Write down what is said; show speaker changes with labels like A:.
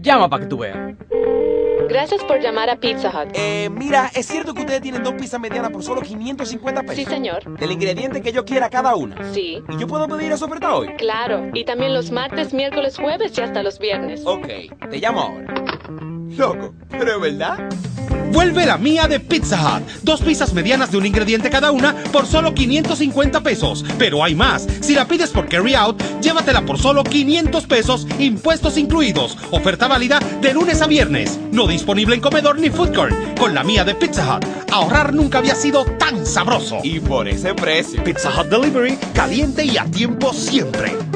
A: Llama para que tú veas.
B: Gracias por llamar a Pizza Hut.
C: Eh, mira, es cierto que ustedes tienen dos pizzas medianas por solo 550 pesos.
B: Sí, señor.
C: Del ingrediente que yo quiera cada una.
B: Sí.
C: ¿Y yo puedo pedir eso oferta hoy?
B: Claro, y también los martes, miércoles, jueves y hasta los viernes.
C: Ok, te llamo ahora. Loco, pero es verdad.
D: Vuelve la mía de Pizza Hut. Dos pizzas medianas de un ingrediente cada una por solo 550 pesos. Pero hay más. Si la pides por carry out, llévatela por solo 500 pesos, impuestos incluidos. Oferta válida de lunes a viernes. No disponible en comedor ni food court. Con la mía de Pizza Hut, ahorrar nunca había sido tan sabroso.
C: Y por ese precio.
D: Pizza Hut Delivery, caliente y a tiempo siempre.